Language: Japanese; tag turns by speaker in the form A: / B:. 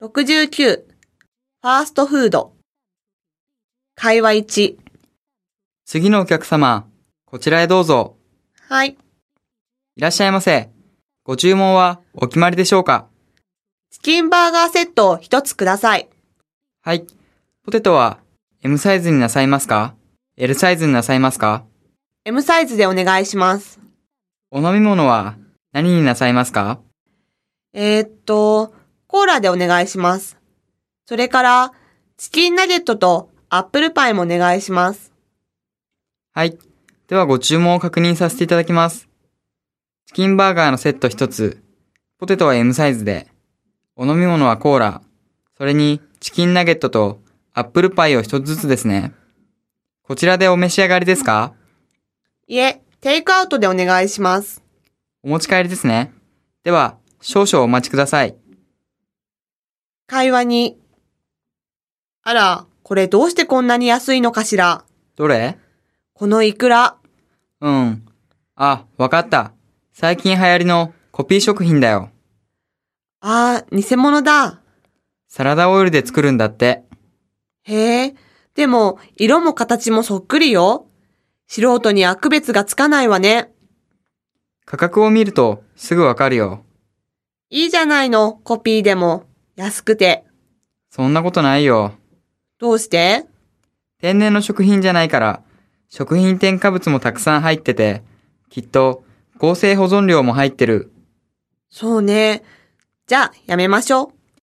A: 69. ファーストフード。会話1。
B: 次のお客様、こちらへどうぞ。
A: はい。
B: いらっしゃいませ。ご注文はお決まりでしょうか
A: チキンバーガーセットを一つください。
B: はい。ポテトは M サイズになさいますか ?L サイズになさいますか
A: M サイズでお願いします。
B: お飲み物は何になさいますか
A: えー、っと、コーラでお願いします。それから、チキンナゲットとアップルパイもお願いします。
B: はい。ではご注文を確認させていただきます。チキンバーガーのセット1つ、ポテトは M サイズで、お飲み物はコーラ、それにチキンナゲットとアップルパイを1つずつですね。こちらでお召し上がりですか
A: いえ、テイクアウトでお願いします。
B: お持ち帰りですね。では、少々お待ちください。
A: 会話2。あら、これどうしてこんなに安いのかしら。
B: どれ
A: このいくら、
B: うん。あ、わかった。最近流行りのコピー食品だよ。
A: あー、偽物だ。
B: サラダオイルで作るんだって。
A: へえ、でも、色も形もそっくりよ。素人には区別がつかないわね。
B: 価格を見るとすぐわかるよ。
A: いいじゃないの、コピーでも。安くて。
B: そんなことないよ。
A: どうして
B: 天然の食品じゃないから、食品添加物もたくさん入ってて、きっと合成保存料も入ってる。
A: そうね。じゃあ、やめましょう。